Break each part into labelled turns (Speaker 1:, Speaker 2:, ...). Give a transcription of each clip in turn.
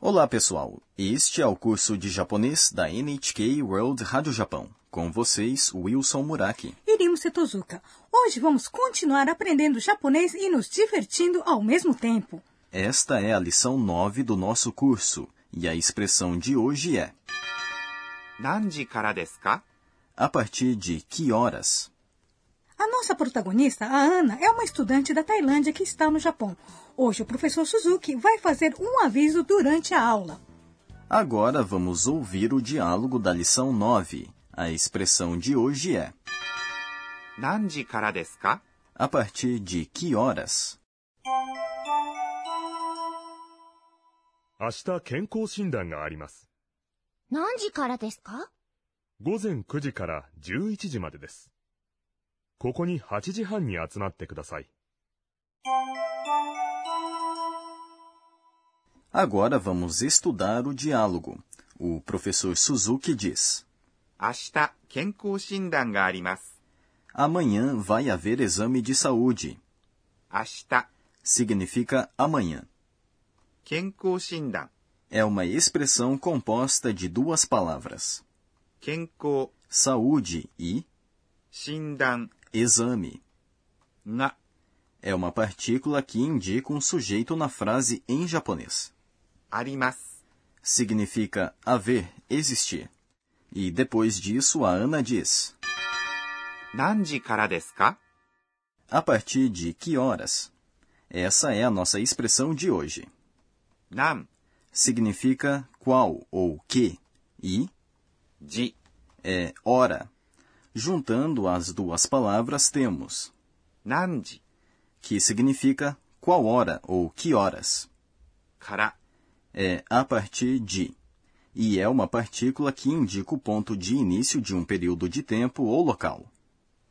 Speaker 1: Olá, pessoal. Este é o curso de japonês da NHK World Rádio Japão. Com vocês, Wilson Muraki.
Speaker 2: Irimo Setozuka. Hoje vamos continuar aprendendo japonês e nos divertindo ao mesmo tempo.
Speaker 1: Esta é a lição 9 do nosso curso e a expressão de hoje é
Speaker 3: 何時からですか
Speaker 1: a partir de que horas?
Speaker 2: A nossa protagonista, a Ana, é uma estudante da Tailândia que está no Japão. Hoje o professor Suzuki vai fazer um aviso durante a aula.
Speaker 1: Agora vamos ouvir o diálogo da lição 9. A expressão de hoje é
Speaker 3: 何時からですか
Speaker 1: a partir de que horas?
Speaker 4: 明日健康診断があります。
Speaker 5: 何時からですか
Speaker 4: 午前9時から11時までです。ここに8時半に集まってください。
Speaker 1: Agora vamos estudar o diálogo. O professor Suzuki diz:
Speaker 3: 明日健康診断があります。
Speaker 1: Amanhã vai haver exame de saúde.
Speaker 3: 明日
Speaker 1: Significa amanhã.
Speaker 3: 健康診断
Speaker 1: É uma expressão composta de duas palavras:
Speaker 3: 健康
Speaker 1: saúde e
Speaker 3: 診断
Speaker 1: exame.
Speaker 3: が
Speaker 1: É uma partícula que indica um sujeito na frase em japonês.
Speaker 3: あります。
Speaker 1: Significa haver, existir. E depois disso, a Ana diz:
Speaker 3: 何時からですか
Speaker 1: A partir de que horas? Essa é a nossa expressão de hoje.
Speaker 3: 何
Speaker 1: Significa qual ou que, e
Speaker 3: 時
Speaker 1: é hora. Juntando as duas palavras, temos
Speaker 3: 何時
Speaker 1: que significa qual hora ou que horas.
Speaker 3: から。
Speaker 1: é a partir de, e é uma partícula que indica o ponto de início de um período de tempo ou local.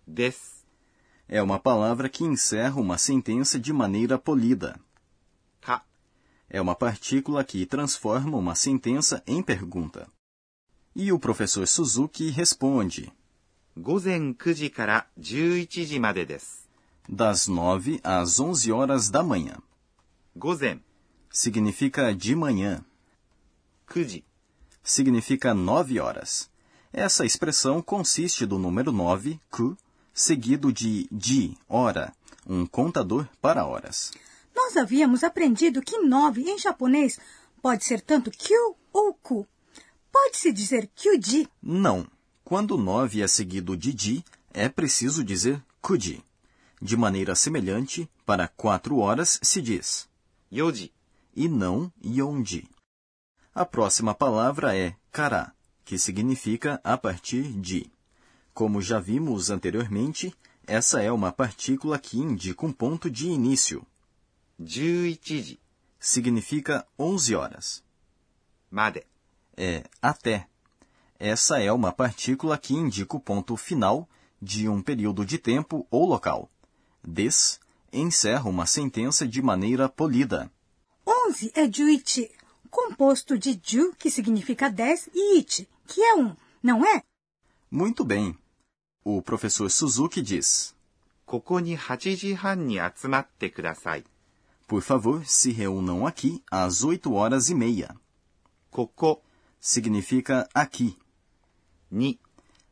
Speaker 3: です。
Speaker 1: É uma palavra que encerra uma sentença de maneira polida.
Speaker 3: か。
Speaker 1: É uma partícula que transforma uma sentença em pergunta. E o professor Suzuki responde:
Speaker 3: 午前9時から11時までです。
Speaker 1: das 9 às 11 horas da manhã.
Speaker 3: 午前
Speaker 1: Significa de manhã,
Speaker 3: 9時
Speaker 1: significa 9 horas. Essa expressão consiste do número 9, ku, seguido de de, hora, um contador para horas.
Speaker 2: Nós havíamos aprendido que nove em japonês pode ser tanto kyu ou ku. Pode-se dizer kyuji.
Speaker 1: Não. Quando 9 é seguido de di, é preciso dizer kuji. De maneira semelhante, para 4 horas se diz
Speaker 3: 4時。
Speaker 1: e não yonji. A próxima palavra é kara, que significa a partir de. Como já vimos anteriormente, essa é uma partícula que indica um ponto de início.
Speaker 3: 11時
Speaker 1: Significa 11 horas.
Speaker 3: まで。
Speaker 1: É até. Essa é uma partícula que indica o ponto final de um período de tempo ou local. Des encerra uma sentença de maneira polida.
Speaker 2: Onze é juichi, composto de ju, que significa dez, e ichi, que é um, não é?
Speaker 1: Muito bem. O professor Suzuki diz:
Speaker 3: ここに8時半に集まってください。
Speaker 1: Por favor, se reúnam aqui às 8 horas e meia.
Speaker 3: ここ
Speaker 1: Significa aqui.
Speaker 3: に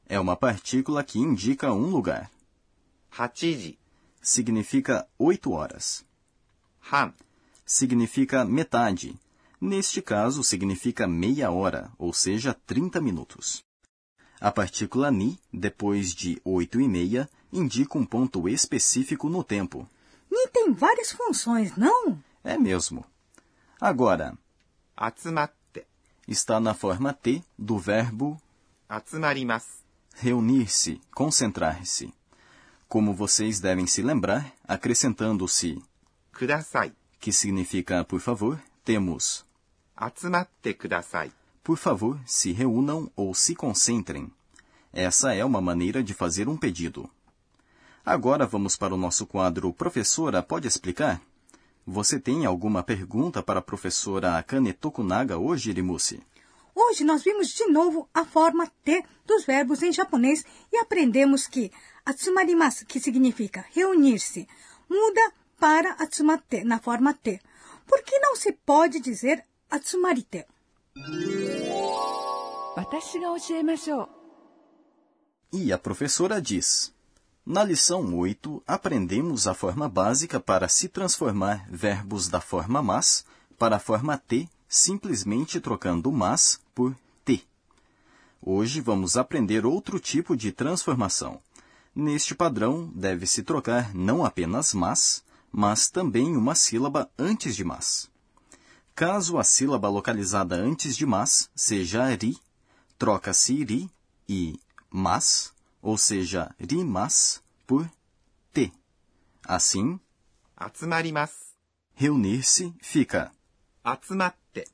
Speaker 1: É uma partícula que indica um lugar.
Speaker 3: 8時
Speaker 1: Significa 8 horas.
Speaker 3: 半
Speaker 1: Significa metade. Neste caso, significa meia hora, ou seja, 30 minutos. A partícula ni, depois de 8 e meia, indica um ponto específico no tempo.
Speaker 2: Ni tem várias funções, não?
Speaker 1: É mesmo. Agora,
Speaker 3: 集まって。
Speaker 1: está na forma T do verbo
Speaker 3: 集まります。
Speaker 1: reunir-se, concentrar-se. Como vocês devem se lembrar, acrescentando-se
Speaker 3: ください。
Speaker 1: que significa por favor, temos
Speaker 3: 集まってください。
Speaker 1: por favor, se reúnam ou se concentrem. Essa é uma maneira de fazer um pedido. Agora vamos para o nosso quadro Professora Pode Explicar? Você tem alguma pergunta para a professora Akane Tokunaga hoje, Irimusi?
Speaker 2: Hoje nós vimos de novo a forma T dos verbos em japonês e aprendemos que atsumarimasu, que significa reunir-se, muda para atsumatte, na forma T. Por que não se pode dizer 集まりて。
Speaker 6: 私が教えましょう。
Speaker 1: E a professora diz: Na lição 8, aprendemos a forma básica para se transformar verbos da forma mas para a forma te, simplesmente trocando mas por te. Hoje vamos aprender outro tipo de transformação. Neste padrão, deve-se trocar não apenas mas, mas também uma sílaba antes de mas. Caso a sílaba localizada antes de mas seja ri, troca-se ri e mas, ou seja, rimas, por te. Assim,
Speaker 3: 集まります。
Speaker 1: reunir-se fica.
Speaker 3: 集まって、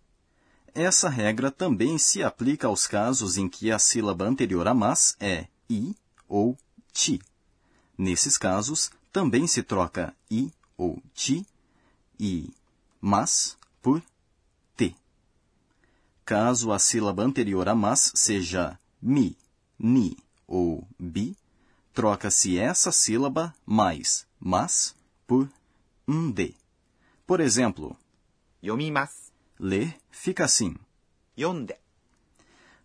Speaker 1: Essa regra também se aplica aos casos em que a sílaba anterior a mas é i ou ti. Nesses casos, também se troca i ou ti e mas por te. Caso a sílaba anterior a mas seja mi, ni ou bi, troca-se essa sílaba mais mas por nde. Por exemplo,
Speaker 3: 読みます。
Speaker 1: ler fica assim.
Speaker 3: 読んで、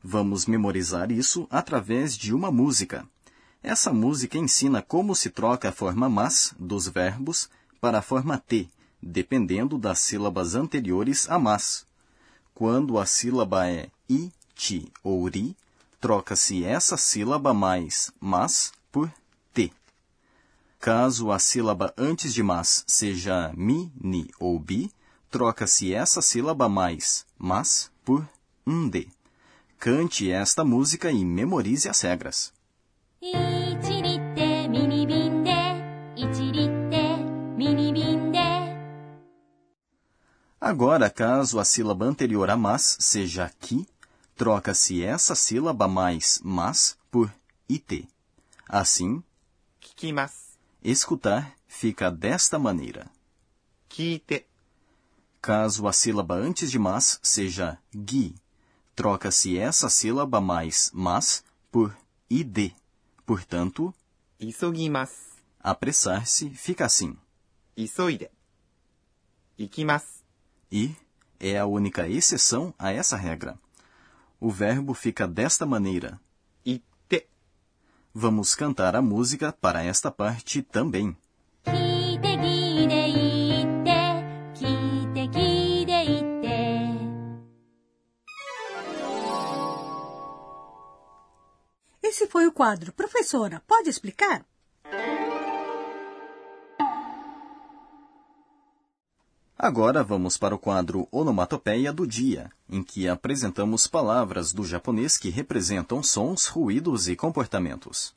Speaker 1: Vamos memorizar isso através de uma música. Essa música ensina como se troca a forma mas dos verbos para a forma te, dependendo das sílabas anteriores a mas. Quando a sílaba é i, ti ou ri, troca-se essa sílaba mais mas por te. Caso a sílaba antes de mas seja mi, ni ou bi, troca-se essa sílaba mais mas por nde. Cante esta música e memorize as regras.
Speaker 5: 1リってミニ瓶で、1リってミニ瓶で、
Speaker 1: Agora, caso a sílaba anterior a mas seja ki, troca-se essa sílaba mais mas por it. Assim,
Speaker 3: 聞きます。
Speaker 1: escutar fica desta maneira.
Speaker 3: 聞いて、
Speaker 1: Caso a sílaba antes de mas seja gui, troca-se essa sílaba mais mas por id. Portanto,
Speaker 3: 急ぎます。
Speaker 1: apressar-se fica assim.
Speaker 3: 急いで。行きます。
Speaker 1: e é a única exceção a essa regra. O verbo fica desta maneira.
Speaker 3: 行って、
Speaker 1: Vamos cantar a música para esta parte também.
Speaker 5: 聞いて聞いて言って、聞いて聞いて言って。
Speaker 2: Esse foi o quadro. Professora, pode explicar?
Speaker 1: Agora vamos para o quadro Onomatopeia do Dia, em que apresentamos palavras do japonês que representam sons, ruídos e comportamentos.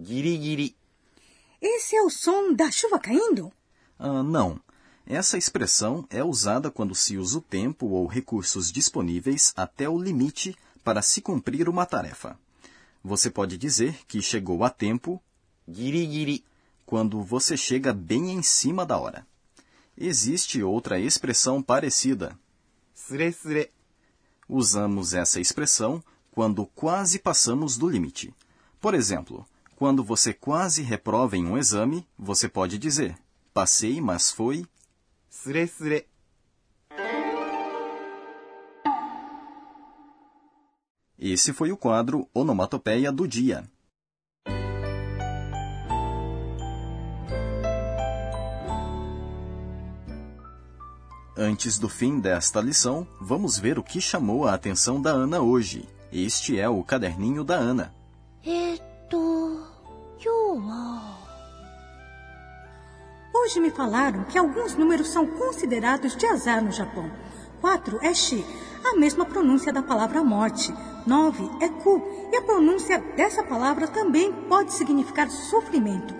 Speaker 3: ギリギリ、
Speaker 2: Esse é o som da chuva caindo?
Speaker 1: Ah, não. Essa expressão é usada quando se usa o tempo ou recursos disponíveis até o limite para se cumprir uma tarefa. Você pode dizer que chegou a tempo
Speaker 3: ギリギリ、
Speaker 1: quando você chega bem em cima da hora. Existe outra expressão parecida.
Speaker 3: スレスレ、
Speaker 1: Usamos essa expressão quando quase passamos do limite. Por exemplo, quando você quase reprova em um exame, você pode dizer: Passei, mas foi
Speaker 3: スレスレ、
Speaker 1: Esse foi o quadro Onomatopeia do Dia. Antes do fim desta lição, vamos ver o que chamou a atenção da Ana hoje. Este é o caderninho da Ana.
Speaker 5: えーっと、今日は、
Speaker 2: Hoje me falaram que alguns números são considerados de azar no Japão. 4 é shi, a mesma pronúncia da palavra morte. 9 é ku, e a pronúncia dessa palavra também pode significar sofrimento.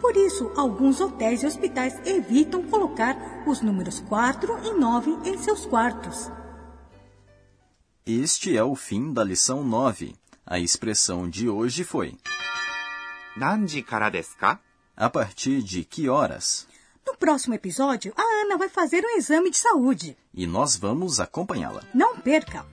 Speaker 2: Por isso, alguns hotéis e hospitais evitam colocar os números 4 e 9 em seus quartos.
Speaker 1: Este é o fim da lição 9. A expressão de hoje foi:
Speaker 3: 何時からですか
Speaker 1: A partir de que horas?
Speaker 2: No próximo episódio, a Ana vai fazer um exame de saúde.
Speaker 1: E nós vamos acompanhá-la.
Speaker 2: Não perca!